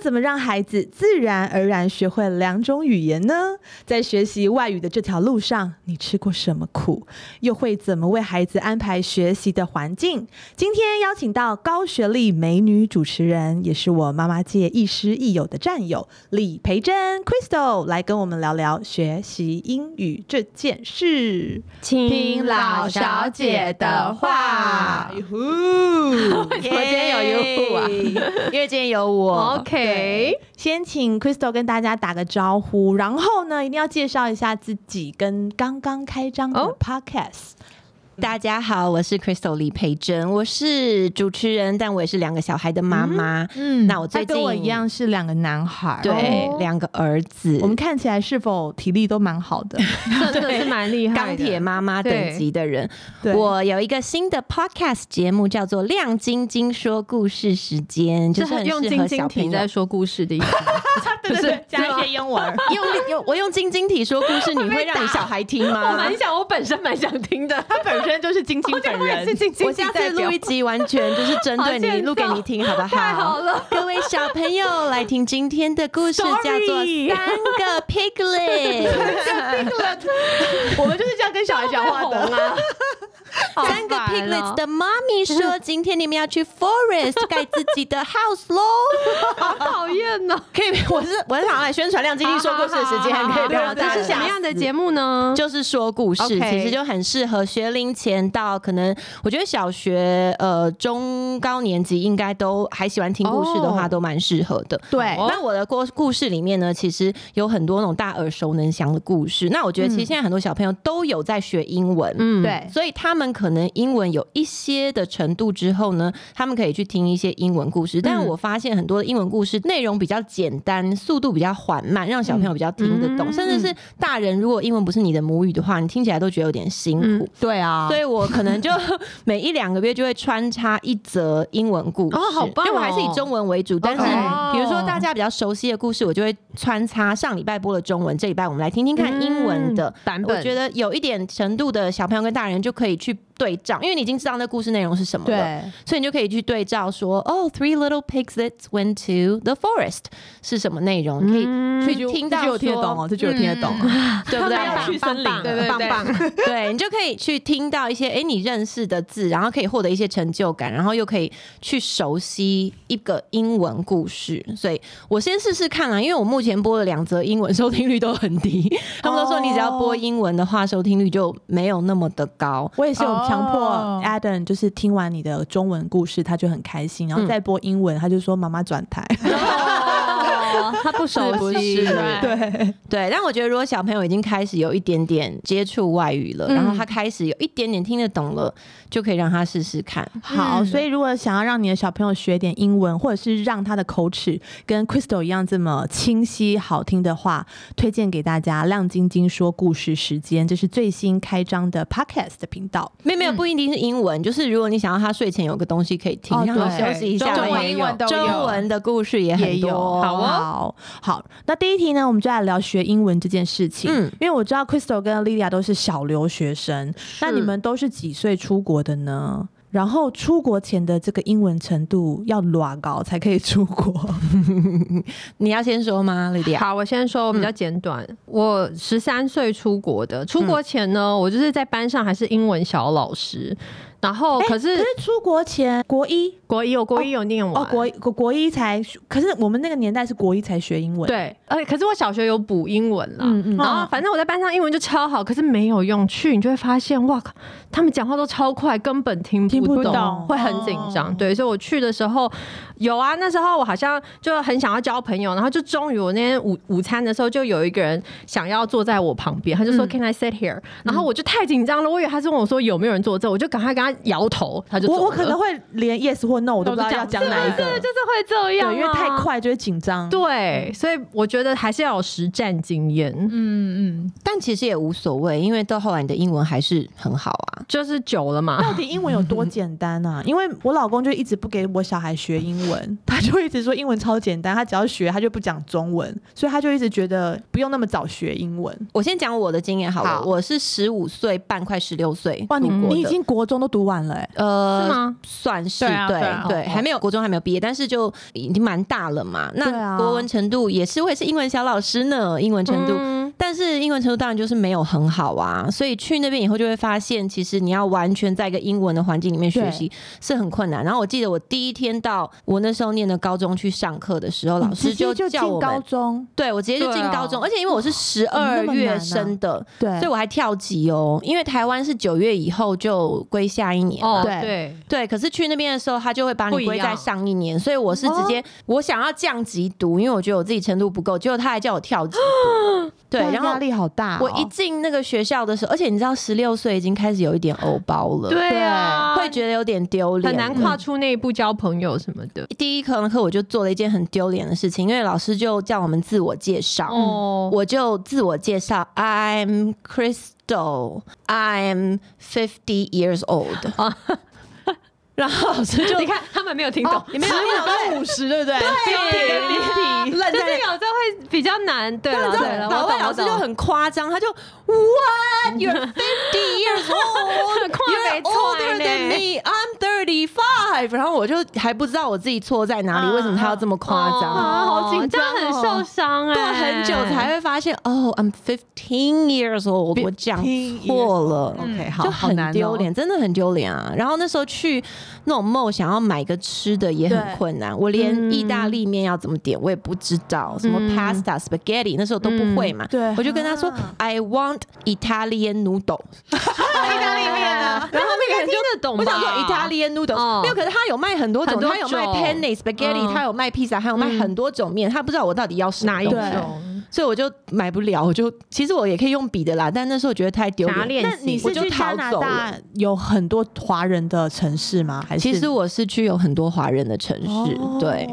怎么让孩子自然而然学会两种语言呢？在学习外语的这条路上，你吃过什么苦？又会怎么为孩子安排学习的环境？今天邀请到高学历美女主持人，也是我妈妈界亦师亦友的战友李培珍 Crystal 来跟我们聊聊学习英语这件事。听听老小姐的话。呦呼！为什么今天有一户啊 因为今天有哦我。 OK，先请 Crystal 跟大家打个招呼，然后呢，一定要介绍一下自己跟刚刚开张的哦 Podcast。大家好，我是 Crystal 李培珍，我是主持人，但我也是两个小孩的妈妈。嗯那我最他跟我近一样是两个男孩，对哦，两、个儿子，我们看起来是否体力都蛮好的？这真的是蛮厉害的，钢铁妈妈等级的人。对我有一个新的 podcast 节目，叫做《亮晶晶说故事时间》，就是是很用适晶合晶小体朋在友。说故事的意思。对 对对加一些英文。用 力用我用晶晶体说故事，你 会让你小孩听我吗蛮？想，我本身蛮想听的。他本身就是晶晶本我也是人，晶晶我体下代次表录一集，完全就是针对 好欠你，揍录给你听，好不 太好了，各位小朋友，来听今天的故事， Sorry 叫做《三个 Piglet》。 我们就是这样跟小孩讲话 红的。啊，三个 Piglets 的妈咪说：“今天你们要去 Forest 盖自己的 house 喽。好讨厌哦呢。”可以，我是我是想要来宣传亮晶晶说故事的时间，可以不要这再是什么样的节目呢？就是说故事 OK 其实就很适合学龄前到可能，我觉得小学呃中高年级应该都还喜欢听故事的话哦都蛮适合的。对哦那我的故故事里面呢，其实有很多那种大耳熟能详的故事。那我觉得其实现在很多小朋友都有在学英文，嗯，对，所以他们可能英文有一些的程度之后呢，他们可以去听一些英文故事。嗯但我发现很多的英文故事内容比较简单，速度比较缓慢，让小朋友比较听得懂，嗯甚至是大人如果英文不是你的母语的话，你听起来都觉得有点辛嗯苦。对啊所以我可 能就每一两个月就会穿插一则英文故事，哦好棒哦因为我还是以中文为主，但是 OK 哦比如说大家比较熟悉的故事，我就会穿插上礼拜播的中文，这礼拜我们来听听看英文的。嗯版本，我觉得有一点程度的小朋友跟大人就可以去对照，因为你已经知道那故事内容是什么了，对，所以你就可以去对照说，哦，Three little piglets went to the forest 是什么内容，可以嗯去听到这句我听得懂哦，说这句我听得懂。哦。对不对他 没有？去棒森林棒对对对棒棒， 对你就可以去听到一些哎你认识的字，然后可以获得一些成就感，然后又可以去熟悉一个英文故事。所以我先试试看啦，啊因为我目前播了两则英文，收听率都很低。 他们都说你只要播英文的话，收听率就没有那么的高。我也是有强迫哦 Adam，就是听完你的中文故事，他就很开心，然后再播英文，他就说妈妈转台。哦他不熟是不悉，是对，对，对，但我觉得如果小朋友已经开始有一点点接触外语了，嗯然后他开始有一点点听得懂了，就可以让他试试看。好，嗯所以如果想要让你的小朋友学点英文，或者是让他的口齿跟 Crystal 一样这么清晰好听的话，推荐给大家《亮晶晶说故事时间》，这是最新开张的 Podcast 的频道。没有没有，不一定是英文，就是如果你想要他睡前有个东西可以听，哦让他对休息一下，中也文英文都有中文的故事也也很有，多。好哦好好那第一题呢，我们就来聊学英文这件事情。嗯因为我知道 Crystal 跟 Lilia 都是小留学生，那你们都是几岁出国的呢？然后出国前的这个英文程度要多高才可以出国？你要先说吗，莉迪亚？好，我先说，我比较简短。我十三岁出国的，出国前呢，我就是在班上还是英文小老师，然后哦可哎可是是出国前国一国一有国一有念完哦，，国一国国一才，可是我们那个年代是国一才学英文。，对，而且可是我小学有补英文啦，嗯嗯然后反正我在班上英文就超好，可是没有用。去你就会发现，哇靠，他们讲话都超快，根本听听不不懂会很紧张。哦对，所以我去的时候有啊，那时候我好像就很想要交朋友，然后就终于我那天午午餐的时候，就有一个人想要坐在我旁边，他就说、Can 嗯 I sit here？然后我就太紧张了，我以为他是问我说有没有人坐这，我就赶快跟他摇头，他就走我我了可能会连 yes 或 no 我都不知道要讲哪一是不个是，就是会这样、啊，对，因为太。快就会紧张。对，所以我觉得还是要有实战经验。嗯嗯，但其实也无所谓，因为到后来你的英文还是很好啊。就是久了嘛，到底英文有多简单啊？因为我老公就一直不给我小孩学英文， 他就一直说英文超简单，他只要学他就不讲中文，所以他就一直觉得不用那么早学英文。我先讲我的经验好了，好我是十五岁半，快十六岁哇，你出国你已的经国中都读完了、欸，呃是吗？算是对啊对对啊对哦还没有国中还没有毕业，但是就已经蛮大了嘛。对啊那国文程度也是会是英文小老师呢，英文程度。嗯但是英文程度当然就是没有很好啊，所以去那边以后就会发现，其实你要完全在一个英文的环境里面学习是很困难。然后我记得我第一天到我那时候念的高中去上课的时候，老你直师接就叫进我高们，中，对我直接就进对啊高中，而且因为我是十么二难啊月生的，对所以我还跳级哦，因为台湾是九月以后就归下一年嘛。哦，对对，对，可是去那边的时候，他就会把不你一归在样上一年，所以我是直哦接、我想要降级读，因为我觉得我自己程度不够，结果他还叫我跳级 读对，哇然压后力好大哦、我一进那个学校的时候，而且你知道，十六岁已经开始有一点欧包了，，对啊，会觉得有点丢脸，很难跨出那一步交朋友什么的。嗯第一堂课我就做了一件很丢脸的事情，因为老师就叫我们自我介绍，哦，我就自我介绍，I'm Crystal, I'm fifty years old 然后老师就你看他们没有听懂，哦 你没有听懂对五十，对不对？对就是有时愣在那候会比较难。对了，你知对了，道，我老外懂，老我师就懂。很夸张，他就 What you're fifty years old, 跨 you're 没错哎 older 呢 than me, I'm thirty five。然后我就还不知道我自己错在哪里，嗯为什么他要这么夸张？啊好紧哦这样张哦很受伤哎。过很久才会发 现，哦，I'm fifteen years old，我讲错了。 OK，嗯好，就好很难哦丢脸，真的很丢脸啊！然后那时候去那种梦，想要买个吃的也对很困难，我连嗯意大利面要怎么点我也不知道，什么嗯 pasta、spaghetti 那时候都不会嘛。对我就跟他说啊，I want Italian noodle。意大利面啊然后那个人就听得懂吧，我想说 Italian noodle，、哦没有，可是他有卖很多种，很多他有卖种 penne、spaghetti，、嗯他有卖披萨，还有卖很多种面，他不知道我到底要什么哪一东西对种？所以我就买不了。我就其实我也可以用笔的啦，但那时候我觉得太丢想要脸。练那习，你我是就去加逃拿走大有很多华人的城市吗？还是其实我是去有很多华人的城市，哦对，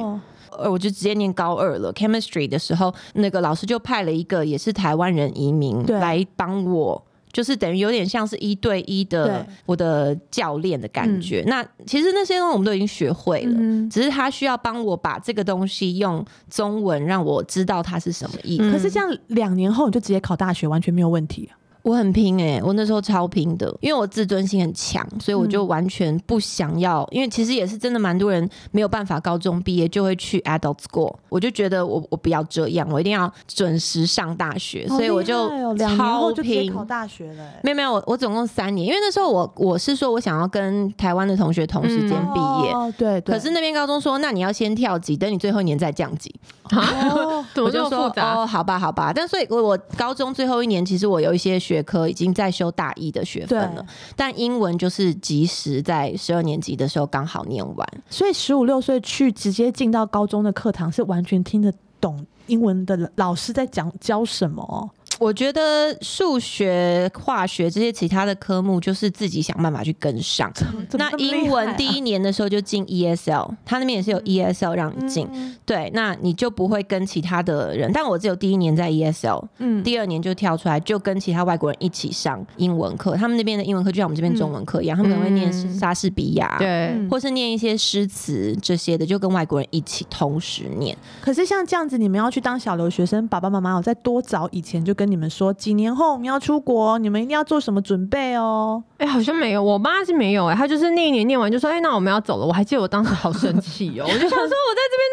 呃，我就直接念高二了，chemistry 的时候，那个老师就派了一个也是台湾人移民对来帮我。就是等于有点像是一对嗯一的对我的教练的感觉。那其实那些东西我们都已经学会了，嗯只是他需要帮我把这个东西用中文让我知道它是什么意思。可是这样两年后你就直接考大学，完全没有问题啊。我很拼哎、我那时候超拼的，因为我自尊心很强，所以嗯我就完全不想要。因为其实也是真的蛮多人没有办法高中毕业就会去 adult school，我就觉得我我不要这样，我一定要准时上大学，嗯所以我就好厉害哦两年超后就直接拼。考大学了欸。没有没有，我我总共三年，因为那时候我我是说我想要跟台湾的同学同时间毕业，哦，对，对可是那边高中说，那你要先跳级，等你最后一年再降级。啊哦怎 我么这就么说复杂？哦，好吧，好吧。但所以我，我高中最后一年，其实我有一些学科已经在修大一的学分对，了，但英文就是及时在十二年级的时候刚好念完。所以十五六岁去直接进到高中的课堂，是完全听得懂英文的老师在讲教什么 哦。我觉得数学、化学这些其他的科目，就是自己想办法去跟上。怎么那这么厉害啊英文第一年的时候就进 ESL，他那边也是有 ESL 让你进，嗯对，那你就不会跟其他的人。但我只有第一年在 E ESL，嗯第二年就跳出来，就跟其他外国人一起上英文课。他们那边的英文课就像我们这边中文课一样，他们可能会念嗯莎士比亚，，对，嗯或是念一些诗词这些的，就跟外国人一起同时念。可是像这样子，你们要去当小留学生，爸爸妈妈有再多早以前就跟你们说，几年后我们要出国，你们一定要做什么准备哦。哎，好像没有，我妈是没有哎，她就是那一年念完就说，哎，那我们要走了。我还记得我当时好生气哦，我就想说，我在这边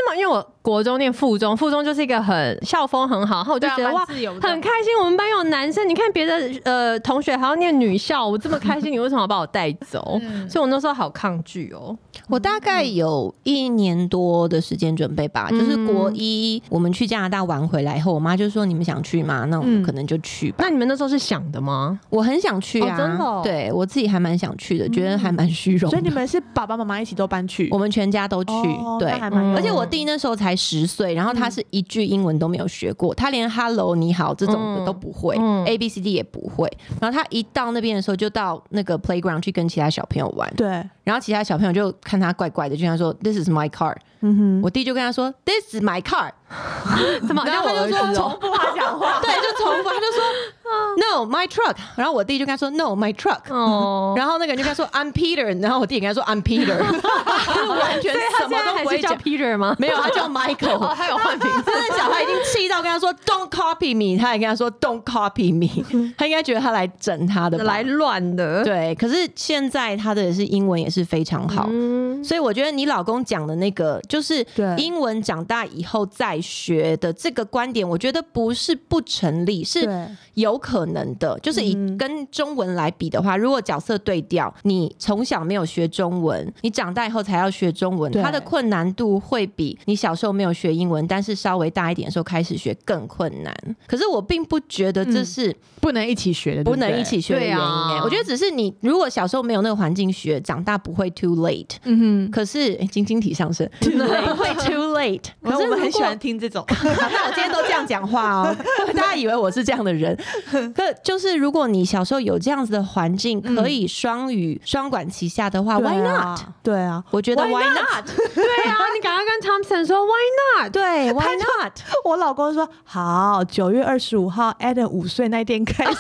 那么，因为我国中念附中，附中就是一个很校风很好，然后我就对啊觉得哇蛮，自由的很开心，我们班有男生，你看别的呃同学还要念女校，我这么开心，你为什么要把我带走？所以我那时候好抗拒哦。我大概有一年多的时间准备吧，就是国一我们去加拿大玩回来以后，我妈就说：“你们想去吗？”那我嗯们可能就去吧。那你们那时候是想的吗？我很想去啊，哦真的哦对我自己还蛮想去的，觉得还蛮虚荣的。所以你们是爸爸妈妈一起都搬去，我们全家都去，哦对那，还蛮有而且嗯我弟那时候才十岁，然后他是一句英文都没有学过，他连 “hello” 你好这种的嗯都不会、嗯 a B C D 也不会。然后他一到那边的时候，就到那个 playground 去跟其他小朋友玩，对，然后其他小朋友就看他怪怪的，就跟他说 “This is my car”，、嗯哼，我弟就跟他说 “This is my car”，怎么好然像后我他儿就说啊子哦？重复他讲话，对，就重复，他就说 No, my truck。然后我弟就跟他说 No, my truck。哦， 然后那个人就跟他说 I'm Peter，然后我弟也跟他说 I'm Peter，就是完所全以他什现么在都还不是会叫讲。 Peter 吗？没有，他叫 Michael。哦，他有换名字。他的小孩已经气到跟他说 "Don't copy me"，他也跟他说 "Don't copy me"，他 应该觉得他来整他的吧？来乱的，对，可是现在他的是英文也是非常好， 嗯，所以我觉得你老公讲的那个就是对英文长大以后再学的这个观点，我觉得不是不成立，是对有可能的，就是以嗯跟中文来比的话，如果角色对调，你从小没有学中文，你长大以后才要学中文，对它的困难度会比你小时候没有学英文，但是稍微大一点的时候开始学更困难。可是我并不觉得这是不能一起学的，不能嗯对对一起学的原因、对欸啊我觉得只是你如果小时候没有那个环境学，长大不会 too late。嗯可是欸晶晶体上 升，不会 too late。哼，可是 是我们如很喜果欢听这种，那我今天都这样讲话 哦， 大家以为我是这样的人。可就是如果你小时候有这样子的环境，嗯可以双语双管齐下的话、w h y 对 not？啊对啊，我觉得 Why Why not？对啊，你赶快跟 Thompson 说 Why not？对，Why not？我老公说好，九月二十五号 Adam 五岁那一天开 始，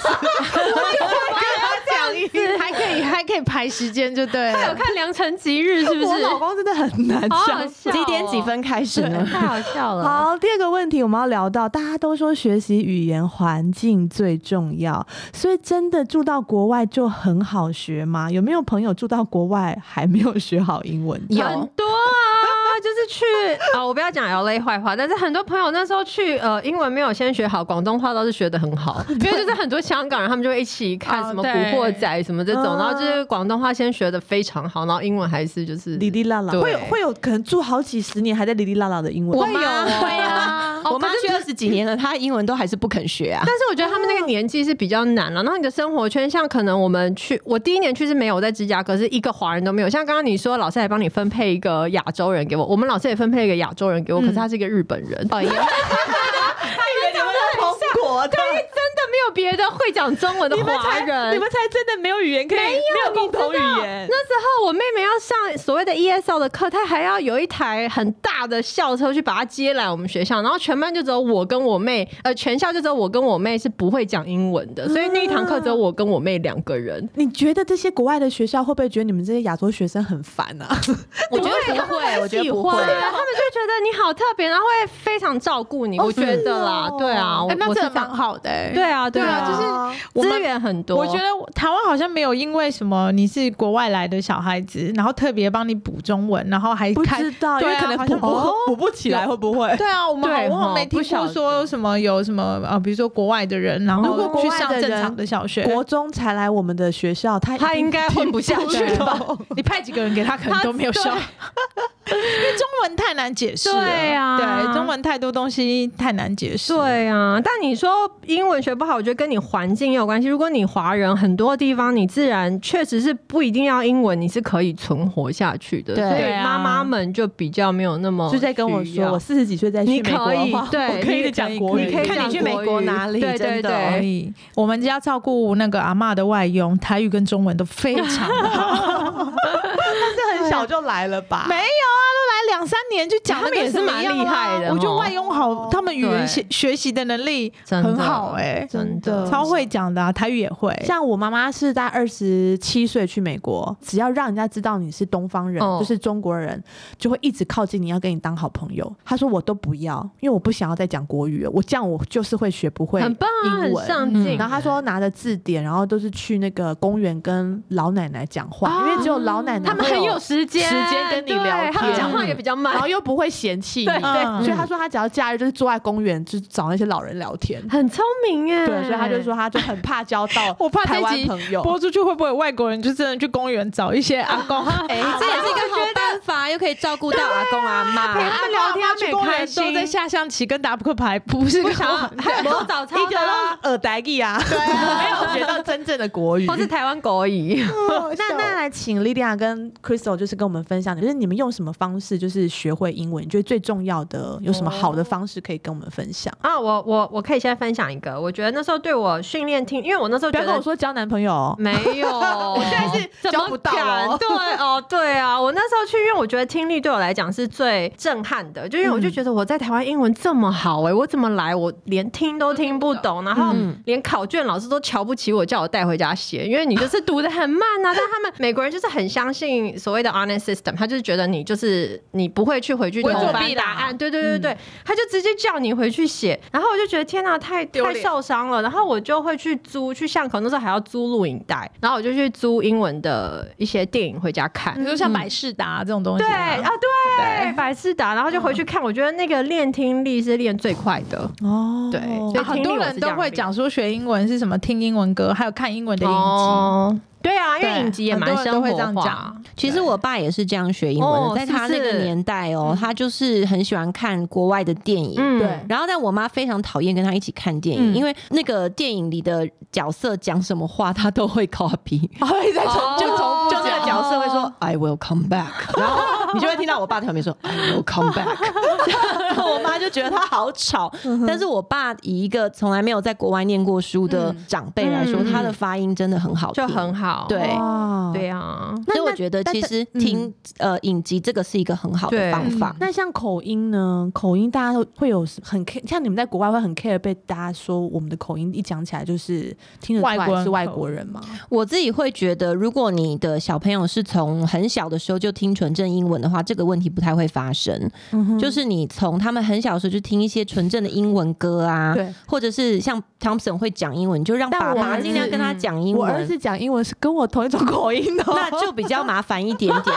讲一次，还可以还可以排时间就 对他有了。看良辰吉 日是 不我是？老公真的很难好讲好。笑，哦几点几？分开始呢？ 太好笑了。好，第二个问题我们要聊到，大家都说学习语言环境最重要，所以真的住到国外就很好学吗？有没有朋友住到国外还没有学好英文？有很多啊，就是去 啊、我不要讲 L A 坏话，但是很多朋友那时候去，呃，英文没有先学好，广东话倒是学的很好， 因为就是很多香港人他们就会一起看哦什么《对古惑仔》什么这种，嗯然后就是广东话先学的非常好，然后英文还是就是哩哩啦啦，对会有会有可能住好几十年还在哩哩啦啦的英文。我会妈会啊哦我妈可是学二十几年了，她英文都还是不肯学啊。但是我觉得他们那个年纪是比较难了、然后你的生活圈，像可能我们去，我第一年去是没有我在芝加哥，是一个华人都没有。像刚刚你说，老师还帮你分配一个亚洲人给我，我们老师也分配了一个亚洲人给我，可是他是一个日本人，哦，也你们是同国的，真的没有别的会讲中文的你们华才人你。们才真的没有语言可以没有共同语言。那时候我妹妹要上所谓的 ESL 的课，她还要有一台很大的校车去把她接来我们学校，然后全班就只有我跟我妹，呃，全校就只有我跟我妹是不会讲英文的，所以那一堂课只有我跟我妹两个人。你觉得这些国外的学校会不会觉得你们这些亚洲学生很烦啊？我觉得不会，我觉得不会对。啊，他们就觉得你好特别，然后会非常照顾你。我觉得啦是，哦对啊，我哎，那我这是个这样蛮好的欸。对啊，对啊，啊，就是我资们源很多。我觉得台湾好像没有因为什么你是国外来的小孩子，然后特别帮你补中文，然后还 不开知道，因对为啊可能好补像不哦补不起来，会不会？对啊，我们好对我好像吼没听不晓过得说什么有什么呃，比如说国外的人，然如果后国去外上的正人常的小学，国中才来我们的学校，他他应该混不下去啊吧？你派几个人给他，可能都没 有效，因为中文太难解释了。对啊对，中文太多东西太难解释。对啊，但你说英文学不好，我觉得跟你环境也有关系。如果你华人很多地方，你自然确实是不一定要英文，你是可以存活下去的。对所对以啊妈妈们就比较没有那么就在跟我需说，要我四十几岁再去你美国的可以话，对我可以你讲可以国语，你可以看讲你去美国国语哪里对真对的所对。以我们家照顾那个阿嬷的外佣，台语跟中文都非常好。这很小就来了吧？没有啊，都来两三年就讲他的们也是蛮厉害的啊我觉得吼外佣好，他们语言学学习的能力真的很好哎、真的超会讲的、啊，台语也会。像我妈妈是在二十七岁去美国，只要让人家知道你是东方人，哦就是中国人，就会一直靠近你，要跟你当好朋友。她说我都不要，因为我不想要再讲国语了，我这样我就是会学不会很棒啊，英很文。上进。嗯然后她说拿着字典，然后都是去那个公园跟老奶奶讲话，啊因为只有老奶奶他们会很有时间，时间跟你对聊他们天讲话也比较慢然后，又不会嫌弃你，对对所以她说她只要假日就是坐在公园，就是找那些老人聊天。很聪明哎。对，所以她就说她就很怕交 到我怕这台湾集朋友。播出去会不会有外国人就真的去公园找一些阿公？啊 哎、这也是一个好办法，又可以照顾到阿公阿 妈。哎他们聊天去公园都在下象棋跟打扑克牌，不是不想 要，还有做早操一的个 啊，都耳呆语啊，没有学到真正的国语或。 是台湾国语。那那来请 Lydia 跟 Crystal 就是跟我们分享，就是你们用什么方式就是学会英文？你觉得最重要的有什么好的方式可以跟我们分享？ 啊，我我我可以先分享一个，我觉得那时候对我训练听，因为我那时候不觉要得跟我说交男朋友哦，没有，我现在是怎交么不到哦敢对哦，对啊，我那时候去因为我觉得听力对我来讲是最震撼的，就因为我就觉得我在台湾英文这么好哎、我怎么来我连听都听不懂，然后连考卷老师都瞧不起我，叫我带回家写，因为你就是读的很慢呐、 但他们美国人就是很相信所谓的 honest system，他就是觉得你就是你不会去回去不会偷作翻弊啦答案，对对对对，他就直接叫你回去写，然后我就觉得天呐，太丢太脸受伤了，然后我就会去租去巷口，那时候还要租录影带，然后我就去租英文的一些电影回家看嗯比。如说像百事达这种东西对嗯啊，啊，对，百事达，然后就回去看。我觉得那个练听力是练最快的，哦对啊对很多人都会讲说学英文是什么，听英文歌，还有看英文的影集。哦，对啊，因为对影集也蛮很生多人都会这活样化讲。其实我爸也是这样学英文哦的，在他是那不是个年代哦，他就是很喜欢看国外的电影，嗯，对然后，但我妈非常讨厌跟她一起看电影，嗯因为那个电影里的角色讲什么话，她都会 copy，会再重哦就就重从复就讲那个角色会说 I will come back，然后你就会听到我爸在旁边说 I will come back，然后我妈就觉得他好吵。嗯但是我爸以一个从来没有在国外念过书的长辈来说，嗯嗯嗯他的发音真的很好听，就很好。对哇对啊，所以我觉得其实嗯听呃影集这个是一个很好对的方法。那像口音呢？口音大家都会有很 care，像你们在国外会很 care 被大家说我们的口音一讲起来就是听得出外国来人是外口国人吗？我自己会觉得，如果你的小朋友是从很小的时候就听纯正英文的话，这个问题不太会发生。嗯就是你从他们很小的时候就听一些纯正的英文歌啊，对，或者是像 Thompson 会讲英文，你就让但爸我妈儿子尽量跟他讲英我儿文，子讲英文是跟我同一种口音的哦、那 就比较麻烦一点点。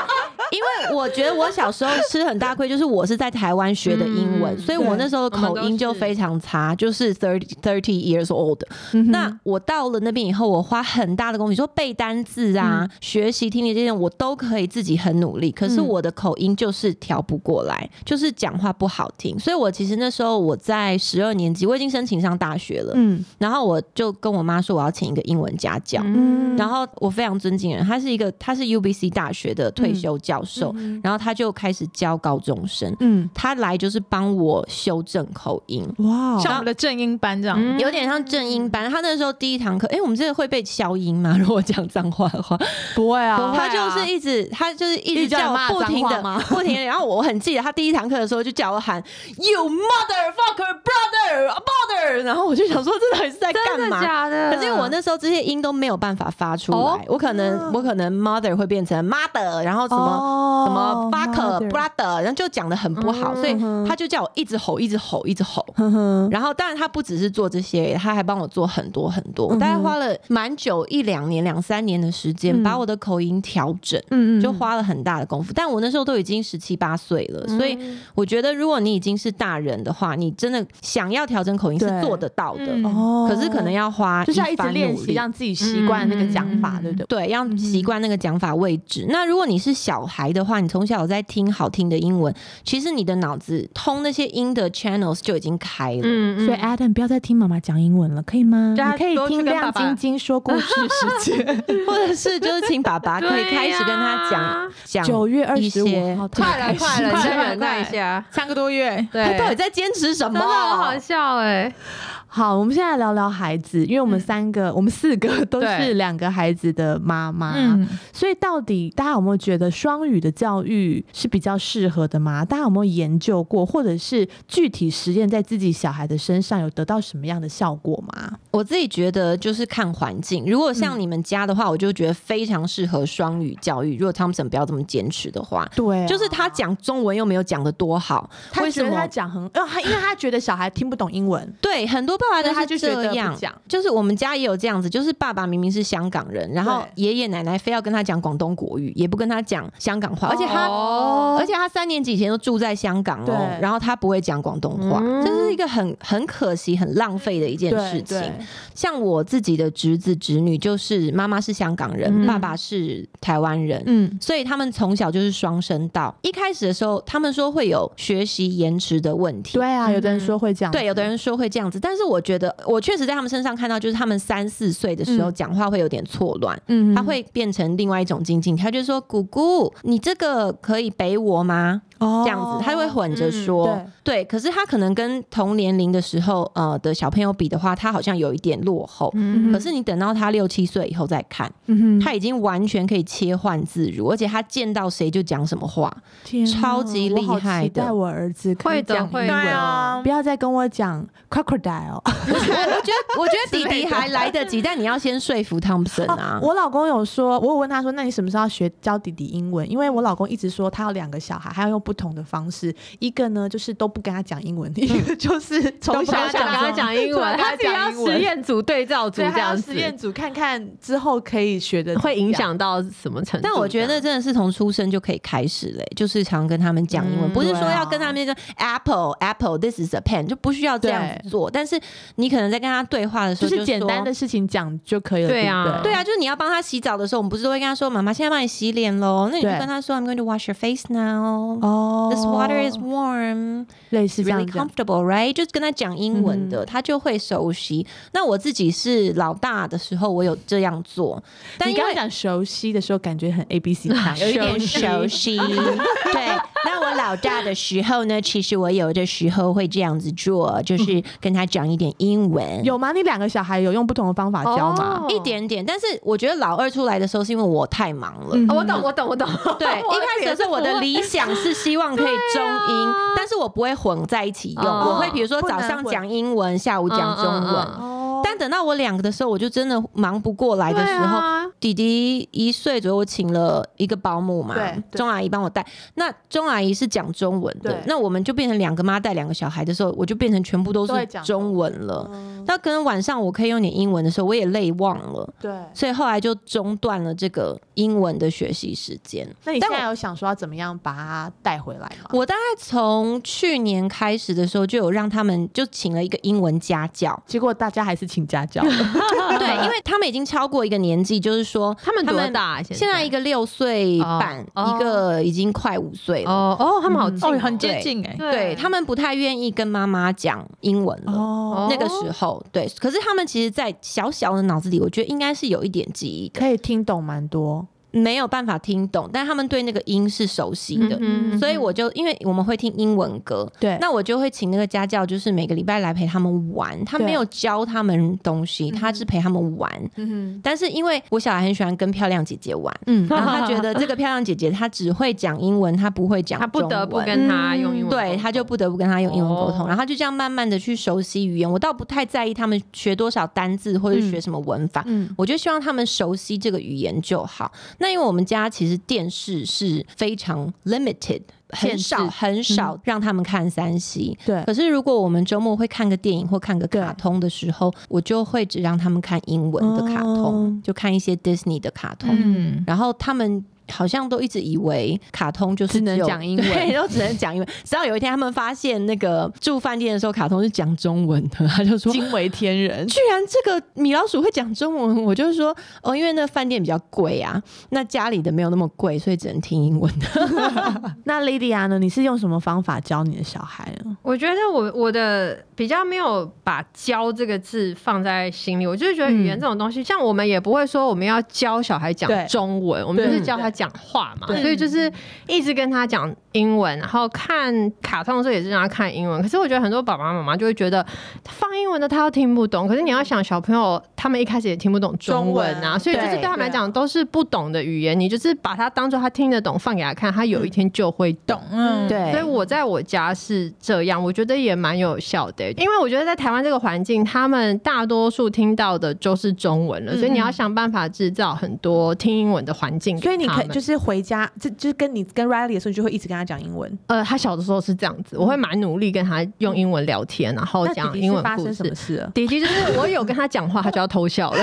因为我觉得我小时候吃很大亏，就是我是在台湾学的英文，嗯所以我那时候的口音就非常差，就是 thirty thirty years old。嗯哼那我到了那边以后，我花很大的功夫，你说背单字啊、嗯学习听力这些，我都可以自己很努力。可是我的口音就是调不过来，就是讲话不好听。所以我其实那时候我在十二年级，我已经申请上大学了，嗯然后我就跟我妈说我要请一个英文家教。嗯然后我非常尊敬人，他是一个他是 UBC 大学的退休教授，嗯然后他就开始教高中生，嗯，他来就是帮我修正口音，哇哦，像我们的正音班这样，嗯有点像正音班。他那时候第一堂课，哎、我们这个会被消音吗？ 如果讲脏话的话，不会啊，哦他就是一直他就是一一直直叫你叫我骂不停脏话的吗不停的。然后我很记得他第一堂课的时候就叫我喊 “You motherfucker brother mother”，然后我就想说这到底是在干真的嘛？假的？可是我那时候这些音都没有办法发出来，哦我可能我可能 mother 会变成 mother，然后什么、哦什么 fucker mother brother，然后就讲的很不好，嗯所以哼他就叫我一直吼，一直吼，一直吼。哼哼然后，当然他不只是做这些，他还帮我做很多很多。我嗯哼大概花了蛮久，一两年、两三年的时间，嗯把我的口音调整，嗯就花了很大的功夫。但我那时候都已经十七八岁了，嗯所以我觉得，如果你已经是大人的话，你真的想要调整口音是对做得到的，嗯哦，可是可能要花就是要一一直番练努习，力让自己习惯那个讲法，嗯对不对？对，要习惯那个讲法位置。那如果你是小孩的话，你从小在听好听的英文，其实你的脑子通那些音的 channels 就已经开了。嗯所以哎 Adam 不要再听妈妈讲英文了，可以吗？对啊你可以多去听跟亮爸爸晶晶说故事时间。 或者是就是请爸爸可以开始跟他讲讲九月二一十五些号，快了，快了，你快再了忍耐一下。三个多月，对，他到底在坚持什么？真的很哦好笑哎， 好，我们现在聊聊孩子，因为我们嗯三个，我们四个都是对两个孩子的妈啊妈，嗯，所以到底大家有没有觉得双语的教育是比较适合的吗？大家有没有研究过，或者是具体实验在自己小孩的身上有得到什么样的效果吗？我自己觉得就是看环境。如果嗯像你们家的话，我就觉得非常适合双语教育。如果 Thompson 不要这么坚持的话，对啊就是他讲中文又没有讲的多好，他为觉什得他么？讲很，呃，他因为他觉得小孩听不懂英文，对，很多爸爸所以都他就是觉得这样不讲，就是我们家也有这样子，就是爸爸明明是香港人，然后对爷爷奶奶非要跟他讲广东国语，也不跟他讲香港话，而且他哦而且他三年级以前都住在香港哦对，然后他不会讲广东话，嗯这是一个很很可惜、很浪费的一件事嗯对情。对，像我自己的侄子侄女，就是妈妈是香港人，嗯爸爸是台湾人。嗯，所以他们从小就是双声道。一开始的时候，他们说会有学习延迟的问题，对啊，有的人嗯说会这样子，对，有的人说会这样子，但是我觉得我确实在他们身上看到，就是他们三四岁的时候嗯讲话会有点错乱，嗯，嗯他会变成另外一种精进，他就说：“姑姑，你这个可以背我吗？”哦这样子，他就会混着说。嗯对，可是他可能跟同年龄的时候，呃的小朋友比的话，他好像有一点落后。嗯可是你等到他六七岁以后再看，嗯哼他已经完全可以切换自如，而且他见到谁就讲什么话。 天哪超级厉我好害期的待我儿子可以会的讲英会文哦的对啊不，要再跟我讲 crocodile。我觉得，我觉得弟弟还来得 及，但你要先说服汤普森啊。我老公有说，我有问他说，那你什么时候要学教弟弟英文？因为我老公一直说他有两个小孩，还要用不同的方式。一个呢，就是都不跟他讲英文； 一个就是从不小要讲讲跟他讲英文，他他自己要实验组对照组对，这还要样实子，验组看看之后可以学的会影。响到什么程度？但我觉得真的是从出生就可以开始嘞、就是常跟他们讲英文，嗯不是说对啊啊要跟他们说 apple apple this is a pen，就不需要这样子做。但是你可能在跟他对话的时就候是简单说的事情讲就可以了，对对啊不对啊，就是你要帮他洗澡的时候，我们不是都会跟他说：“妈妈现在帮你洗脸喽。”那你就对跟他说：“I'm going to wash your face now. 哦 This water is warm, 类似这样 really 子。嗯 comfortable, right？” 就是跟他讲英文的，他就会熟悉。那我自己是老大的时候，我有这样做，但你因刚为刚讲熟悉的时候，感觉很 A B C 派，有一点熟 悉。对，那我老大的时候呢，其实我有的时候会这样子做，就是跟他讲一点英文。嗯有吗？你两个小孩有用不同的方法教吗？哦一点点，但是我觉得老二出来的时候，是因为我太忙了，嗯哦我懂，我懂，我懂。 对，一开始的时 候我的理想是希望可以中英，但是我不会混在一起用，哦我会比如说不能早混上讲英文，下午讲中嗯嗯文。嗯哦但等到我两个的时候，我就真的忙不过来的时啊候，候，弟弟一岁左右，我请了一个保姆嘛对，对钟阿姨帮我带。那钟阿姨是讲中文的对，那我们就变成两个妈带两个小孩的时候，我就变成全部都都会是讲嗯中文了。那可能晚上我可以用点英文的时候，我也累忘了，对，所以后来就中断了这个英文的学习时间。那你现但在有想说要怎么样把他带回来吗？，我大概从去年开始的时候，就有让他们就请了一个英文家 教结果大家还是请家教， 对，因为他们已经超过一个年纪，就是说他们多大啊？现在一个六岁半，哦一个已经快五岁了。哦哦，他们好近哦，很接近哎、对他们不太愿意跟妈妈讲英文了。哦那个时候，对，可是他们其实，在小小的脑子里，我觉得应该是有一点记忆的，可以听懂蛮多，没有办法听懂，但他们对那个音是熟悉的，嗯所以我就因为我们会听英文歌，哎对那我就会请那个家教，就是每个礼拜来陪他们玩。他对没有教他们东嗯西，他是陪他们玩。嗯但是因为我小孩很喜欢跟漂亮姐姐 玩，嗯然后 他觉得这个漂亮姐姐她只会讲英文，她不会讲他中不文，嗯得不跟他用英文沟通，对，他就不得不跟她用英文沟通，哦然后就这样慢慢的去熟悉语言。我倒不太在意他们学多少单字或者学什么文法，嗯，我就希望他们熟悉这个语言就好。那因为我们家其实电视是非常 limited，很限少制很嗯少让他们看三 C。对可，是如果我们周末会看个电影或看个卡通的时候，我就会只让他们看英文的卡通，哦就看一些 Disney 的卡通。嗯，然后他们好像都一直以为卡通就是只能有讲英文 对，都只能讲英文。直到有一天他们发现那个住饭店的时候，卡通是讲中文的，他就说。惊为天人。居然这个米老鼠会讲中文，我就说哦，因为那饭店比较贵啊，那家里的没有那么贵，所以只能听英文嗯的。那 Lydia 呢？你是用什么方法教你的小孩呢？我觉得我我的比较没有把“教”这个字放在心里，我就是觉得语言这种东西，像我们也不会说我们要教小孩讲对中文，我们对就是教他讲话嘛，对所以就是一直跟他讲英文，然后看卡通的时候也是让他看英文。可是我觉得很多爸爸妈妈就会觉得放英文的他都听不懂，可是你要想小朋友他们一开始也听不懂中文中文啊，啊所以就是对他们来讲都是不懂的语言，你就是把它当做他听得懂放给他看，他有一天就会懂。嗯，对所以我在我家是这样，我觉得也蛮有效的欸、因为我觉得在台湾这个环境，他们大多数听到的就是中文了，嗯所以你要想办法制造很多听英文的环境所以给你嗯他可们。以就是回家，这就是跟你跟 Riley 的时候，你就会一直跟他讲英文。呃，他小的时候是这样子，我会蛮努力跟他用英文聊天，然后那弟讲弟英是文发故生什么事。事了？弟弟就是我有跟他讲话，他就要偷笑 了。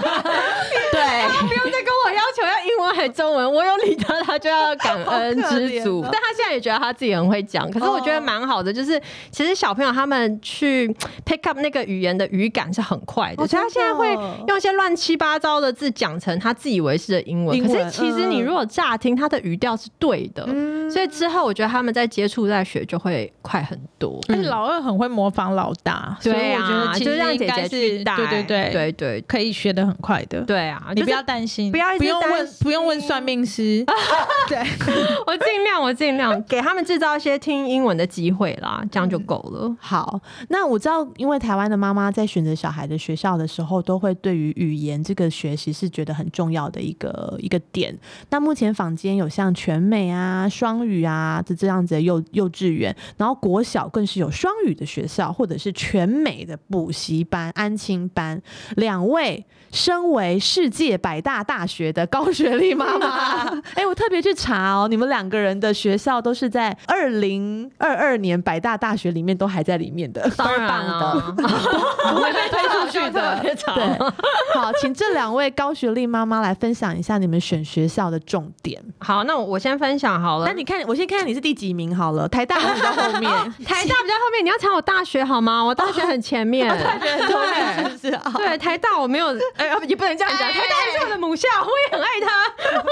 对，不用再跟我要求要英文还中文，我有理他，他就要感恩知足。好可怜哦但他现在也觉得他自己很会讲，可是我觉得蛮好的，就是其实小朋友他们去 pick up 那个语言的语感是很快的，哦所以他真现在的会哦用一些乱七八糟的字讲成他自以为是的英文。英文可是其实你如果乍听，他的语调是对的，所以之后我觉得他们在接触在学就会快很多。而且老二很会模仿老大，所以嗯对我觉啊，得其就实让应姐该姐去是带，对对对，对对可以学的很快的。对啊！你就不是要担心，不要一直不用担问，不用问算 命师。对，我尽量，我尽量给他们制造一些听英文的机会啦，这样就够了。好，那我知道，因为台湾的妈妈在选择小孩的学校的时候，都会对于语言这个学习是觉得很重要的一个一个点。那目前坊间有像全美啊、双语啊这这样子的幼幼稚园，然后国小更是有双语的学校，或者是全美的补习班、安亲班。 两位身为世界百大大学的高学历妈妈， 哎、我特别去查哦，你们两个人的学校都是在二零二二年百大大学里面都还在里面的。 当然啊，不会被推出去的特别长对，好，请这两位高学历妈妈来分享一下你们选学校的重点。好，那我我先分享好了。那你看，我先看看你是第几名好了，台大我比较后面， 台大比较后面，你要查我大学好吗？我大学很前面。 对，是不是啊？对台大我没有，哎、呀，也不能这样讲，台大是我的母校，我也很爱它。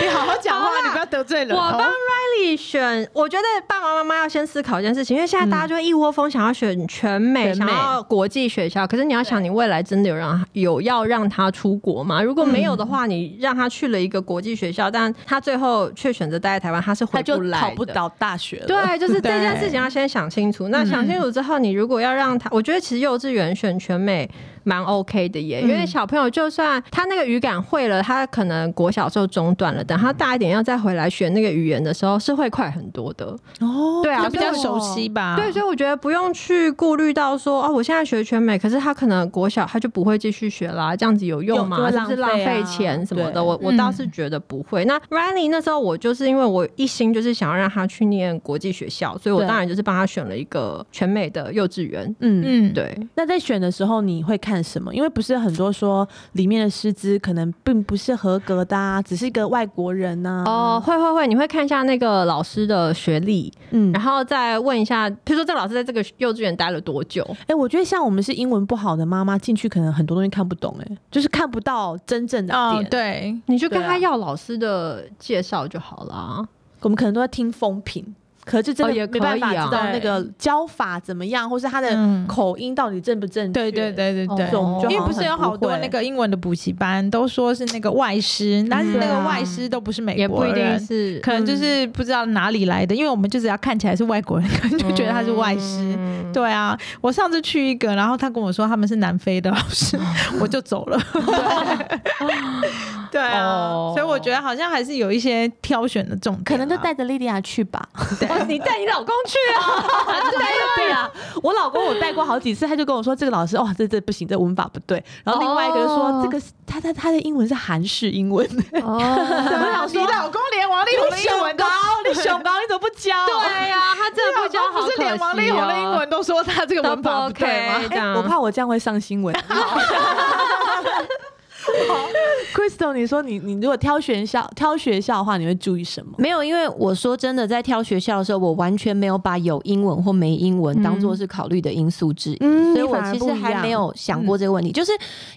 你好好讲好话，啦你不要得罪人。哦我好帮 Riley 选，我觉得爸爸妈妈要先思考一件事情，因为现在大家就一窝蜂想要选全美，全美想要国际学校，可是你要想，你未来真的有让有要让他出国吗？如果没有的嗯话，你让他去了一个国际学校，但他最后却选择待在台湾，他是他回就来考的不到大学了。对，就是这件对事情要先想清楚。那想清楚之后，你如果要让他，我觉得其实幼稚园选全美蛮 OK 的耶，因为小朋友就算他那个语感会了，他可能国小时候中断了，等他大一点要再回来学那个语言的时候，是会快很多的。哦，对就啊，比所以较我熟悉吧。啊对，所以我觉得不用去顾虑到说哦，我现在学全美，可是他可能国小他就不会继续学啦，这样子有用吗？有是就不会是浪浪费啊费钱什么的？对我我倒是觉得不会。那 Riley 那时候我就是因为我一心就是想要让他去念国际学校，所以我对当然就是帮他选了一个全美的幼稚园。嗯嗯，对，那在选的时候你会看什么？因为不是很多说里面的师资可能并不是合格的、啊，只是一个外国人啊呐、哦，会会会，你会看一下那个老师的学历，嗯，然后再问一下，比如说这个老师在这个幼稚园待了多久？哎、我觉得像我们是英文不好的妈妈进去，可能很多东西看不懂、哎，就是看不到真正的哦点。，对，你就跟对啊他要老师的介绍就好了。我们可能都在听风评，可是真哦也的可以没啊办法知道那个教法怎么样，或是他的嗯口音到底正不正确。对对对对对。这种哦就因为好像不是有很好多会那个英文的补习班都说是那个外师，但是那对个啊外师都不是美嗯也国不一定人，是可能就是不知道哪里来的，因为我们就只要看起来是外国人，可能就觉得他是外师。嗯 对啊，我上次去一个，然后他跟我说他们是南非的老师， 我就走 了。对啊哦，所以我觉得好像还是有一些挑选的重点啦，啊可啊能就带着莉莉亚去吧。哦，你带你老公去啊？对啊，我老公我带过好几次，他就跟我说这个老师哦，这这不行，这文法不对。然后另外一个就说、哦这个是他他他的英文是韩式英文，哦，我想你说老公连王力宏的英文都高，你熊高，你怎么不教？对呀，他真的不教好不可是惜哦连王力宏的英文都说他这个都文不法不对 OK 吗？这样啊哎我怕我这样会上新闻。 好 Crystal，你说你你如果挑选校挑学校的话，你会注意什么？没有，因为我说真的，在挑学校的时候，我完全没有把有英文或没英文当做是考虑的因素之一，嗯所以我你反而其不实一还样没有想过这个问题。就是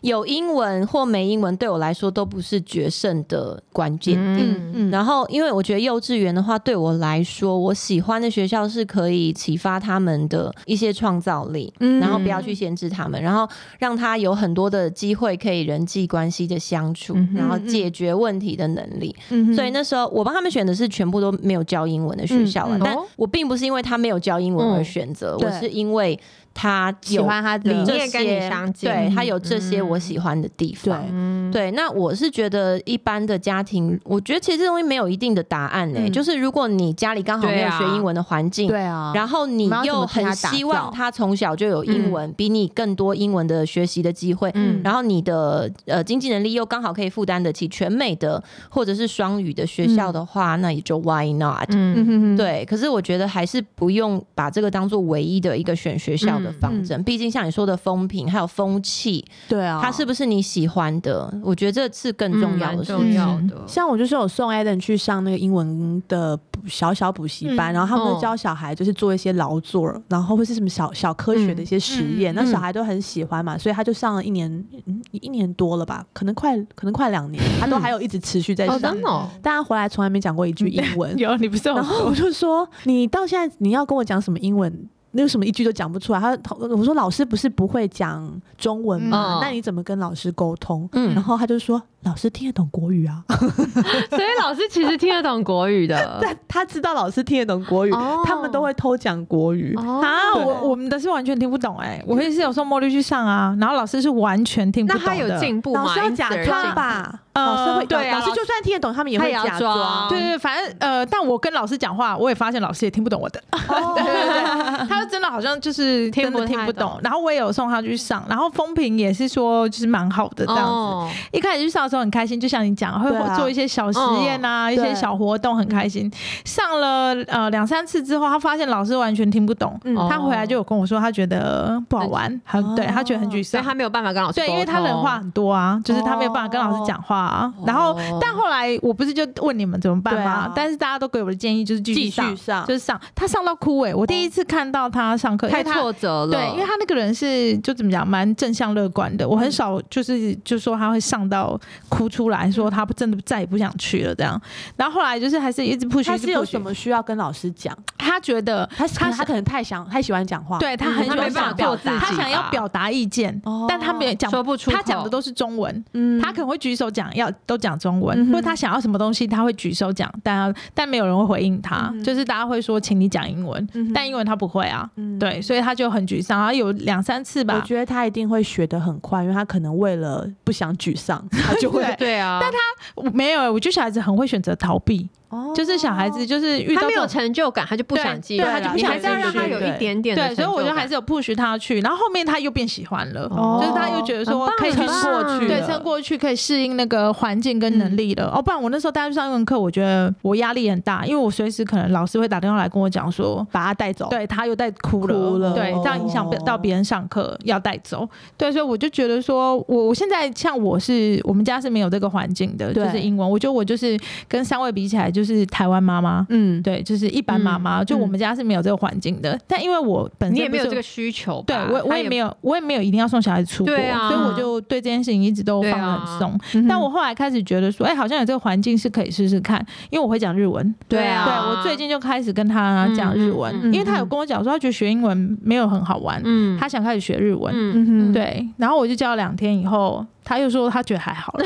有英文或没英文，对我来说都不是决胜的关键。嗯嗯然后，因为我觉得幼稚园的话，对我来说，我喜欢的学校是可以启发他们的一些创造力，嗯然后不要去限制他们，然后让他有很多的机会可以人际关系的相处，嗯哼然后解决问题的能力。嗯所以那时候我帮他们选的是全部都没有教英文的学校了，啊嗯嗯但我并不是因为他没有教英文而选择，对我是因为他喜有欢他的理这念跟你些相近对他有这些嗯我喜欢的地嗯对方。对，那我是觉得一般的家庭，我觉得其实这东西没有一定的答案呢、欸嗯就是如果你家里刚好没对有啊学英文的环境，对啊，然后你你要怎又么替他很打希造嗯望他从小就有英文，比你更多英文的学习的机会，嗯然后你的呃经济能力又刚好可以负担得起全美的或者是双语的学校的话，那也就 why not？、嗯嗯，哼哼，对，可是我觉得还是不用把这个当做唯一的一个选学校的方嗯针，毕竟像你说的风评还有风气，对啊，它是不是你喜欢的？我觉得这是更重要哦的嗯蛮事重情。要的。像我就是有送 Eden 去上那个英文的补小小补习班，嗯然后他们哦都教小孩就是做一些劳作，然后或是什么小小科学的一些实验，嗯那小孩都很喜欢嘛，所以他就上了一年，嗯，一年多了吧，可能快可能快两年，他都还有一直持续在 啊哦，上，真的哦，但他回来从来没讲过一嗯 句英文，有你不是有然后我说就说：“你到现在你要跟我讲什么英文？那有什么一句都讲不出来。”他我说：“老师不是不会讲中文吗？嗯那你怎么跟老师沟通？”嗯然后他就说：“老师听得懂国语啊，所以老师其实听得懂国语的但他知道老师听得懂国语，哦他们都会偷讲国语。哦 啊，对我我们的是完全听不懂哎、我会是有送墨绿去上啊，然后老师是完全听不那懂的。他有进步吗？老师要因此假而装进吧，呃老师会对啊老师就算听得懂，他们也他会也要假装装。对对，对反正呃，但我跟老师讲话，我也发现老师也听不懂我的，哦对 对对，他就真的好像就是听真不的听太不懂懂。然后我也有送他去上，然后风评也是说就是蛮好的这样子。哦一开始去上的时候很开心，就像你讲，会对啊做一些小实验啊，一些对小活动，很开心。上了呃两三次之后，他发现老师完全听不懂，嗯他回来就有跟我说，他觉得不好玩，很、对他觉得很沮所以丧。他没有办法跟老师对，因为他哦沟通人话很多啊，就是他没有办法跟老师讲话啊。然后哦，但后来我不是就问你们怎么办吗？对啊但是大家都给我的建议就是继续继续上，上就。是上。他上到哭哎、我第一次看到他上课，因太为他挫折了，对，因为他那个人是就怎么讲，蛮正向乐观的。我很少就是就说他会上到哭出来，说他不真的再也不想去了这样。然后后来就是还是一直 push，他一直是有 push 什？么需要跟老师讲？他觉得他可能是他可能太想太喜欢讲话，对他嗯很他喜没办欢法想做表自己达，吧，他想要表达意见，哦但他没有讲说不出口，他讲的都是中文。嗯他可能会举手讲，要都讲中文，嗯哼或者他想要什么东西，他会举手讲，但但没有人会回应他，嗯哼就是大家会说，请你讲英文，嗯哼但英文他不会啊，嗯对，所以他就很沮丧，然后有两三次吧，我觉得他一定会学得很快，因为他可能为了不想沮丧，他就会对对啊，但他我没有，我觉得小孩子很会选择逃避，哦 就是小孩子就是遇到他没这有种成就感，他就不想继续，对对他就不你想还是要让他有继续一点点的对，成所就以感，我觉得还是有 push 他去，然后后面他又变喜欢了，哦就是他又觉得说很棒可以去很适棒啊过去对了撑过去，可以适应那个环境跟能力了。哦，不然我那时候带他去上英文课，我觉得我压力很大，因为我随时可能老师会打电话来跟我讲说。把他带走。对他又带哭了，哭了对，这样影响哦到别人上课要带走，对，所以我就觉得说，我我现在像我是我们家是没有这个环境的，对就是英文，我觉得我就是跟三位比起来，就是台湾妈妈，嗯，对，就是一般妈妈，就我们家是没有这个环境的。但因为我本身嗯你也没有不这是个需求对吧，我我也没有，我也没有一定要送小孩子出国，对啊所以我就对这件事情一直都放得很松。嗯哼但我后来开始觉得说，哎、好像有这个环境是可以试试看，因为我会讲日文。对对啊，我最近就开始跟他讲日文，嗯嗯嗯因为他有跟我讲说，他觉得学英文没有很好玩，嗯，他想开始学日文。嗯嗯哼，对，然后我就教两天以后，他又说他觉得还好了，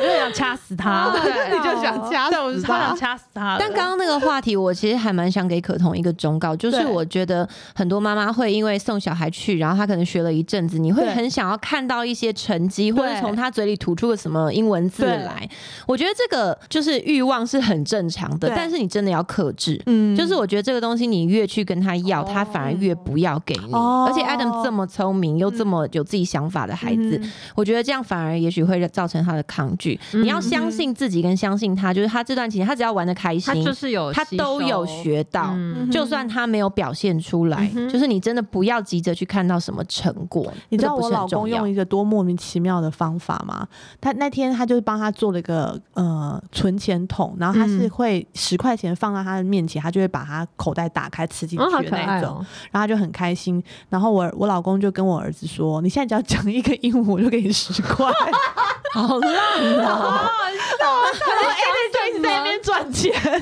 我就想掐死他，你就想掐死对，我就超他想掐死他了。但刚刚那个话题，我其实还蛮想给可彤一个忠告，就是对我觉得很多妈妈会因为送小孩去，然后他可能学了一阵子，你会对很想要看到一些成绩，或者对从他嘴里吐出个什么英文字对来。嗯我觉得这个就是欲望是很正常的对，但是你真的要克制。嗯就是我觉得这个东西，你越去跟他要，他反而越不要给你。哦而且 Adam 这么聪明又这么有自己想法的孩子，嗯我觉得这样反而也许会造成他的抗拒。嗯你要相信自己跟相信他，就是他这段期间，他只要玩的开他心，就是有他吸收都有学到。嗯嗯就算他没有表现出来嗯，哼就是你真的不要急着去看到什么成果。你知道这个不我是很老重公要用一个多莫名其妙的方法吗？他那天他就是帮他做了一个呃存钱筒，然后他是嗯会十块钱放到他的面前，他就会把他口袋打开吃进嗯，好去可的那爱一种， 哦，然后他就很开心。然后我我老公就跟我儿子说：“你现在只要讲一个英文，我就给你十块。” 好烂哦！哎就一直在那边赚 钱，一个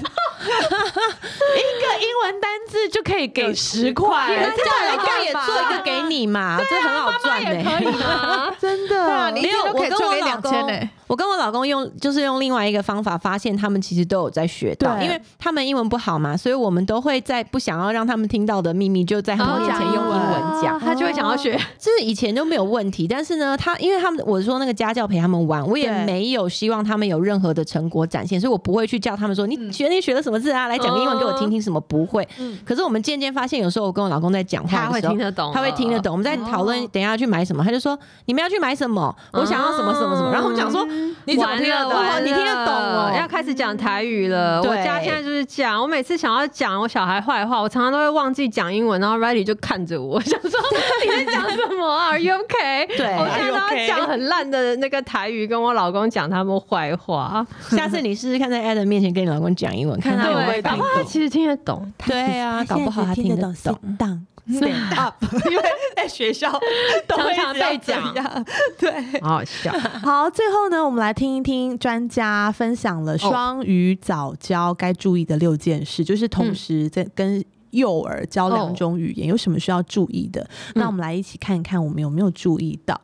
英文单字就可以给十那 块，叫老公也做一个给你嘛，这很好赚呢、哦真对啊，的你一没天有都可我跟我以赚给老两千公嘞。我跟我老公用就是用另外一个方法，发现他们其实都有在学到，对因为他们英文不好嘛，所以我们都会在不想要让他们听到的秘密，就哎在他们面前用英文讲。他就会想要学，这以前都没有问题，但是呢，他因为他们我说那个家教陪他们玩，我也对没有希望他们有任何的成果展现，所以我不会去叫他们说你学你学了什么字啊，来讲个英文给我听听什么不会。可是我们渐渐发现，有时候我跟我老公在讲他话的会时候听。得懂，他会听得。懂，我们在讨论等一下要去买什么，他就说你们要去买什么，我想要什么什么什么，然后我们想说你怎么完听得了，懂？完了你听得懂哦？要开始讲台语了。对我家现在就是这样，我每次想要讲我小孩坏话，我常常都会忘记讲英文，然后 Riley 就看着我， 想说你在讲什么啊？Are you okay？对我现在 Are you 都要 okay？讲很烂的那个台语，跟我老公讲他们坏话。下次你试试看，在 Adam 面前跟你老公讲英文，看他有没有对，听搞不好他懂。其实听得懂。对啊，搞不好他听得懂 sit down stand up，因为 在学校都会常常一直要被讲这样。对，好好笑，好，最后呢，我们来听一听专家分享了双语早教该注意的六件事，就是同时在跟。幼儿教两种语言、有什么需要注意的？那我们来一起看看我们有没有注意到。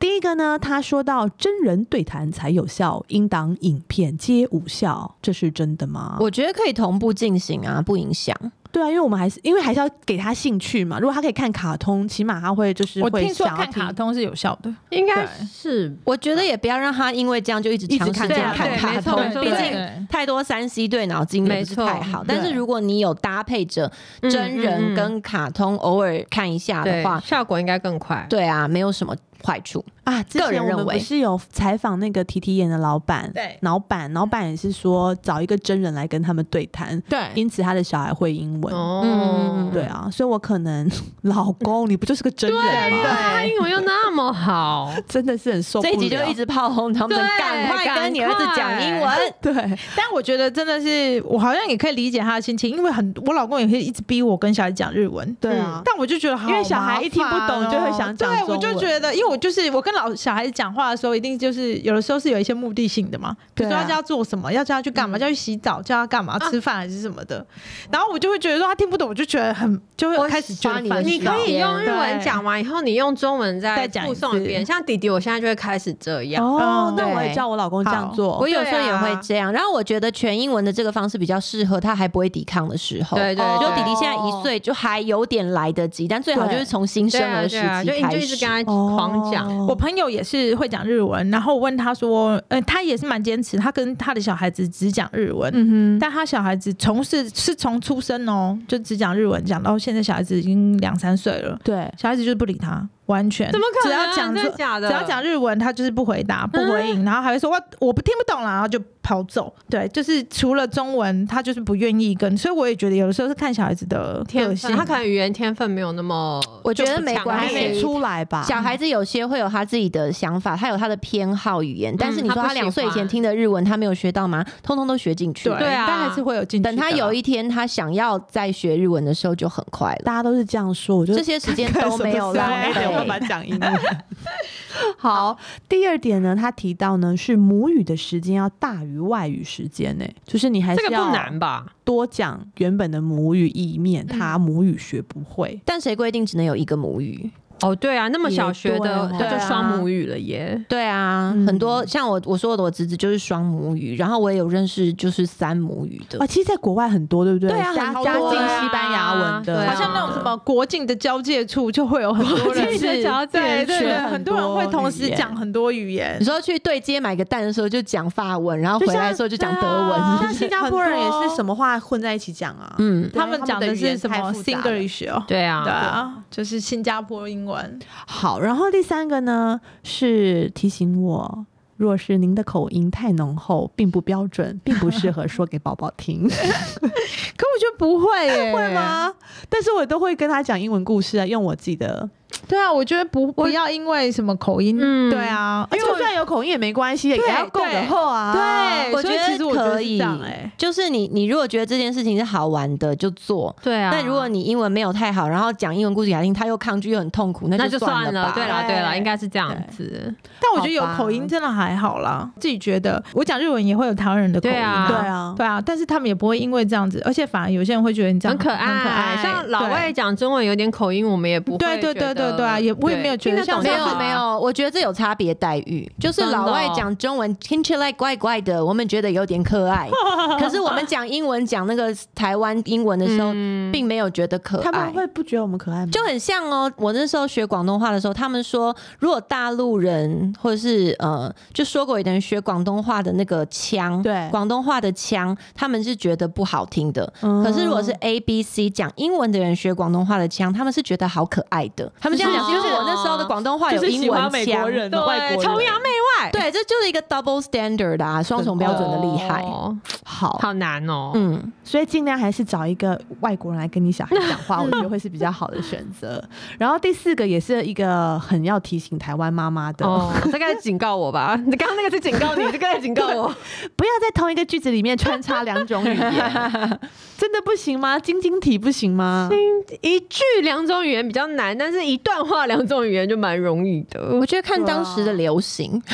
第一个呢，他说到真人对谈才有效，音档影片皆无效，这是真的吗？我觉得可以同步进行啊，不影响。对啊，因为我们还是因为还是要给他兴趣嘛。如果他可以看卡通，起码他会就是我会听说想要看卡通是有效的，应该对是我觉得也不要让他因为这样就一直一直长时看间卡看通卡没错通没，错毕对竟太多三 C 对脑筋也不是没错太好嗯。但是对如果你有搭配着真人嗯嗯嗯跟卡通偶尔看一下的对话，效果应该更快。对啊，没有什么坏处。啊。之个人前我认们为不是有采访那个提提眼的老板，对老板，老板也是说找一个真人来跟他们对谈，对，因此他的小孩会英文。嗯哦，对啊，所以我可能老公，你不就是个真人吗？他英文又那么好，真的是很受不啊这了。一集就一直炮轰他们，对赶快跟你儿子讲英赶文。对，但我觉得真的是，我好像也可以理解他的心情，因为很我老公也会一直逼我跟小孩讲日文，对嗯啊，但我就觉得好麻烦哦、因为小孩一听不懂就会想讲对，中文我就觉得，因为我就是我跟老小孩子讲话的时候，一定就是有的时候是有一些目的性的嘛，比如说对啊嗯要叫他做什么，要叫他去干嘛，叫他去洗澡，叫他干嘛，吃饭还是什么的。然后我就会觉得说他听不懂，我就觉得很就会开始觉得我烦。你可以用日文对讲完以后，你用中文再再讲一附送一遍。像弟弟，我现在就会开始这样。哦嗯，那我也对叫我老公这样好做。 我有时候对也啊会这样，然后我觉得全英文的这个方式比较适合他还不会抵抗的时候。对对哦对，就弟弟现在一岁，就还有点来得及，但最好就是从新生对儿啊时对啊，就期你开就一直始跟。他狂讲。哦我朋友也是会讲日文，然后我问他说，呃，他也是蛮坚持，他跟他的小孩子只讲日文，嗯哼，但他小孩子从事是从出生哦，就只讲日文，讲到现在小孩子已经两三岁了，对，小孩子就是不理他，完全怎么可只能啊要讲真出的假的？嗯只要讲日文，他就是不回答、不回应，然后还会说我我不听不懂啦，然后就跑走。对，就是除了中文，他就是不愿意跟，所以我也觉得有的时候是看小孩子的天个分，性。他可能语言天分没有那么，我觉得就不强没关还系没出来吧？小孩子有些会有他自己的想法，他有他的偏好语言，但是你说他不他喜两岁以前欢听的日文，他没有学到吗？通通都学进去对了。对啊但还是会有进去的等啦。他有一天他想要再学日文的时候，就很快了。大家都是这样说，我就这些时间都没有浪 看什么时候啊费有。办法讲英文。 好，第二点呢，他提到呢是母语的时间要大于外语时间呢、就是你还这是个不要难吧？多讲原本的母语，以免他母语学不会。但谁规定只能有一个母语？哦，对啊，那么小学也对的哦他就双母语了耶。对啊，嗯很多像我我说的，我侄子就是双母语，然后我也有认识就是三母语的啊，。其实，在国外很多，对不对？对啊加很多加进啊西班牙文的，对啊好像那种什么国境的交界处，就会有很多人国是境的交界对对学对，很很多人会多同语时言讲很多语言你。说去对街买个蛋的时候就讲法文，然后回来的时候就讲德文。对啊就像新加坡人也很是多什么话混在一起讲啊？嗯，对啊他们讲的是什么他们的语言太复杂了 Singlish 哦？对对啊，啊，就是新加坡英文。好，然后第三个呢是提醒我，若是您的口音太浓厚，并不标准，并不适合说给宝宝听，可我觉得不会耶，哎会？吗？但是我都会跟他讲英文故事啊，用我自己的，对啊，我觉得不不要因为什么口音，嗯对啊，而因且为就我算有口音也没关系，也对要够的厚啊。对，我所以觉得其实我觉得可是以这样哎，就是你你如果觉得这件事情是好玩的就做。对啊。但如果你英文没有太好，然后讲英文故事给他听，他又抗拒又很痛苦，那就就算了吧。对啦对对啦，应该是这样子。但我觉得有好吧口音真的还好啦，自己觉得我讲日文也会有台湾人的口音，对啊对啊，对啊，但是他们也不会因为这样子，而且反而有些人会觉得你这样很可爱，很可爱，像老外对。讲中文有点口音，我们也不会对对对觉得对对啊也我也没有觉得听懂像没是有没有，我觉得这有差别待遇，就是真的哦老外讲中文听起来怪怪的，我们觉得有点可 爱，可是我们讲英文讲那个台湾英文的时候，嗯并没有觉得可他爱们。会不觉得我们可爱吗？就很像哦，我那时候学广东话的时候，他们说，如果大陆人或者是呃，就说过的人学广东话的那个腔，对广东话的腔，他们是觉得不好听的。嗯可是如果是 A B C 讲英文的人学广东话的腔，他们是觉得好可爱的。他们这样讲，就就是是我那时候的广东话就有是英喜文欢腔，美国人、外对国人，崇洋媚害，对，这就是一个 double standard 啊，双重标准的厉害。哦好，好难哦。嗯，所以尽量还是找一个外国人来跟你小孩讲话，我觉得会是比较好的选择。然后第四个也是一个很要提醒台湾妈妈的，哦，大概警告我吧。 你刚刚那个是警告你，这个在警告我。不要在同一个句子里面穿插两种语言， 真的不行吗？晶晶体不行吗？一句两种语言比较难，但是一段话两种语言就蛮容易的我。觉得看当时啊的流行，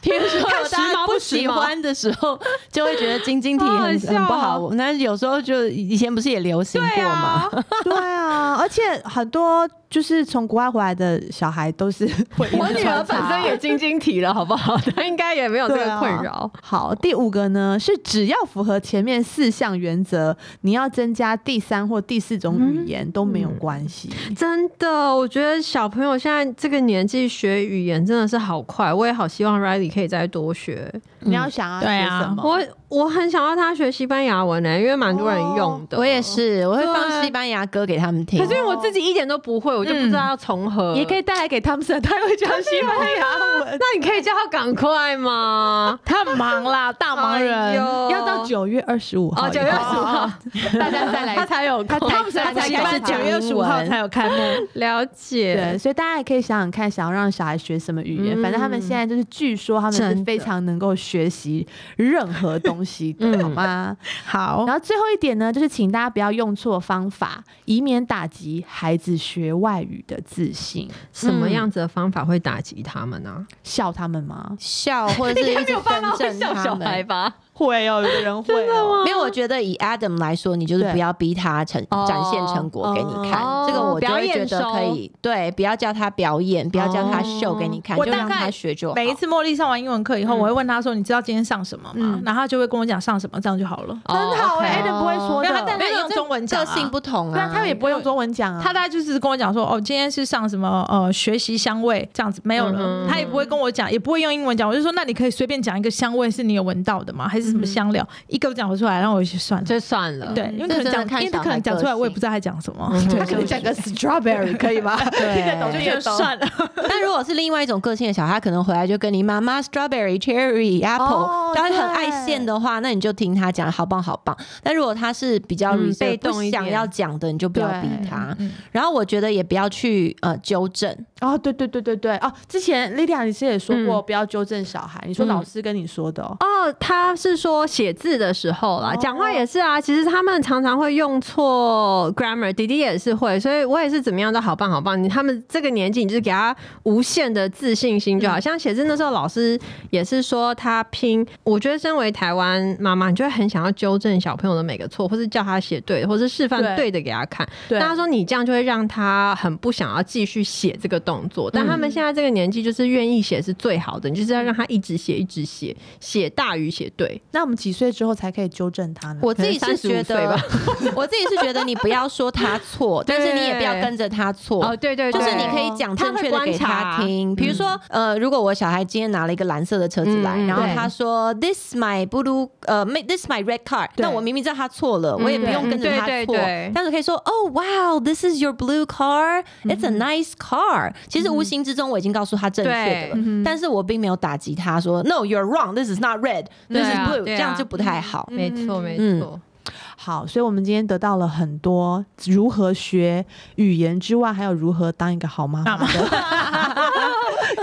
比如说看有大时髦家不不时髦喜欢的时候，就会觉得晶晶体好好很笑很不好哦闻。但是有时候就以前不是也流行对过吗啊？，对啊，而且很多就是从国外回来的小孩都是 会一 我直女儿穿本插身也晶晶体了，好不好？ 她应该也没有这对个啊困扰。好，第五个呢是只要符合前面四项原则，你要增加第三或第四种语言、都没有关系。真的，我觉得小朋友现在这个年纪学语言真的是好快，我也好希望 Riley 可以再多学。你要想要学对啊什么？我我很想要他学西班牙文呢、欸因为蛮多人用的。哦我也，是，我会对放西班牙歌给他们听可。是因为我自己一点都不会，我就不知道要从何。嗯也可以，带来给汤姆森，他会讲西班牙文。那你可以叫他赶快吗？他很忙啦，大忙哎人。呦要到九月二十五号以哦后，九月二十哦五号哦大家再来。才有空，他他们才才才一开般始九讲月十五英号文才有开幕。了解。对，嗯所以大家也可以想想看，想要让小孩学什么语言。嗯反正他们现在就是，据说他们真是的非常能够学习任何东西的，嗯好吗？ 好，然后最后一点呢，就是请大家不要用错方法，以免打击孩子学外语的自信。什么样子的方法会打击他们呢、笑他们吗？笑 或者是一直更正他们。吧？会哦，有的人 会、哦。没有，我觉得以 Adam 来说，你就是对不要逼他成哦展现成果给你看，哦这个我就表会觉演得可收以。对，不要叫他表演，不要叫他秀哦给你看，我就大让概他学就好。每一次茉莉上完英文课以后，嗯我会问她说：“你知道今天上什么吗？”然后她就会跟我讲上什么，这样就好了。真好哎、哎、 a d 不会说没的有，他但没有那用这中文讲啊个性不同不然啊，他们也不会用中文讲啊。她大概就是跟我讲说：“哦，今天是上什么呃学习香味这样子，没有嗯了。哼她也不会跟我讲，也不会用英文讲。我就说：“那你可以随便讲一个香味是你有闻到的吗？还是什么香料？”一个都讲不出来，然后我就算了。就算了。对，因为这可真的能讲，看因为小可能孩讲个出来，我也性不知道她讲什么， 嗯对，哼可以讲个 strawberry 可以 吗？对听得懂听就得懂。算了。 但如果是另外一种个性的小孩，他可能回来就跟你妈妈 strawberry cherry apple，哦他很爱现的话，那你就听他讲好棒好棒。但如果他是比较嗯 reserve，被动一不点想要讲的，你就不要逼对他。嗯然后我觉得也不要去呃纠正，哦，对对对对对哦，之前 Lydia 你是也说嗯过，不要纠正小孩，你说嗯老师跟你说的哦。哦，他是说写字的时候啦，哦讲、话也是啊。其实他们常常会用错 grammar，弟弟也是会，所以我也是怎么样都好棒好棒。你他们这个年纪，你就是给他无限的自信心就好。像写字那时候，老师也是说他拼。我觉得身为台湾妈妈，你就会很想要纠正小朋友的每个错，或是叫他写对，或是示范对对的给他看。对大家说你这样就会让他很不想要继续写这个动作，但他们现在这个年纪就是愿意写是最好的，你就是要让他一直写，一直写，写大于写对。那我们几岁之后才可以纠正他呢？我自己是可能觉35岁得，我自己是觉得你不要说他错， 但是你也不要跟着他错。哦，对对就对，是你可以讲正确的给他听，比如说，呃，如果我小孩今天拿了一个蓝色的车子来，嗯然后对他说 this my blue，呃，ma-，this my red car，对那我明明知道他错了，嗯我也不用跟着他对对错对，但是可以说，oh wow，this is your blue car，it's a 嗯 nice car。其实无形之中我已经告诉他正确对嗯的了，但是我并没有打击他说，no，you're wrong，this is not red，this 对 is 啊 blue，这对啊样就不太好。没错没嗯错， 好，所以我们今天得到了很多如何学语言之外，还有如何当一个好妈妈的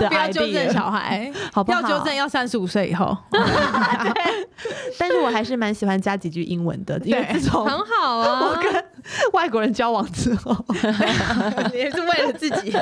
的 idea， 不要纠正小孩，好不好？要纠正要三十五岁以后。但是我还是蛮喜欢加几句英文的，因为自 嗯从很好 啊。外国人交往之后，也是为了自己。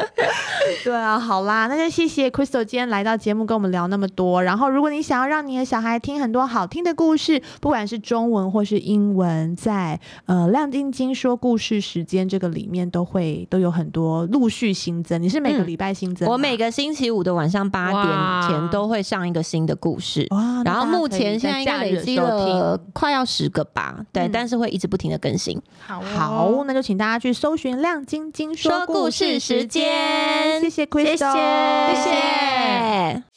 对啊，好啦，那就谢谢 Crystal 今天来到节目跟我们聊那么多。然后，如果你想要让你的小孩听很多好听的故事，不管是中文或是英文，在呃亮晶晶说故事时间这个里面都会都有很多陆续新增。你是每个嗯礼拜新增吗、我每个星期五的晚上八哇点前都会上一个新的故事。哇，然后目前现在应该累积了快要十个吧，对，嗯但是会一直不停的更新。好哦好，哦那就请大家去搜寻亮晶晶说说故故事事时时间。间谢谢 Crystal，谢谢。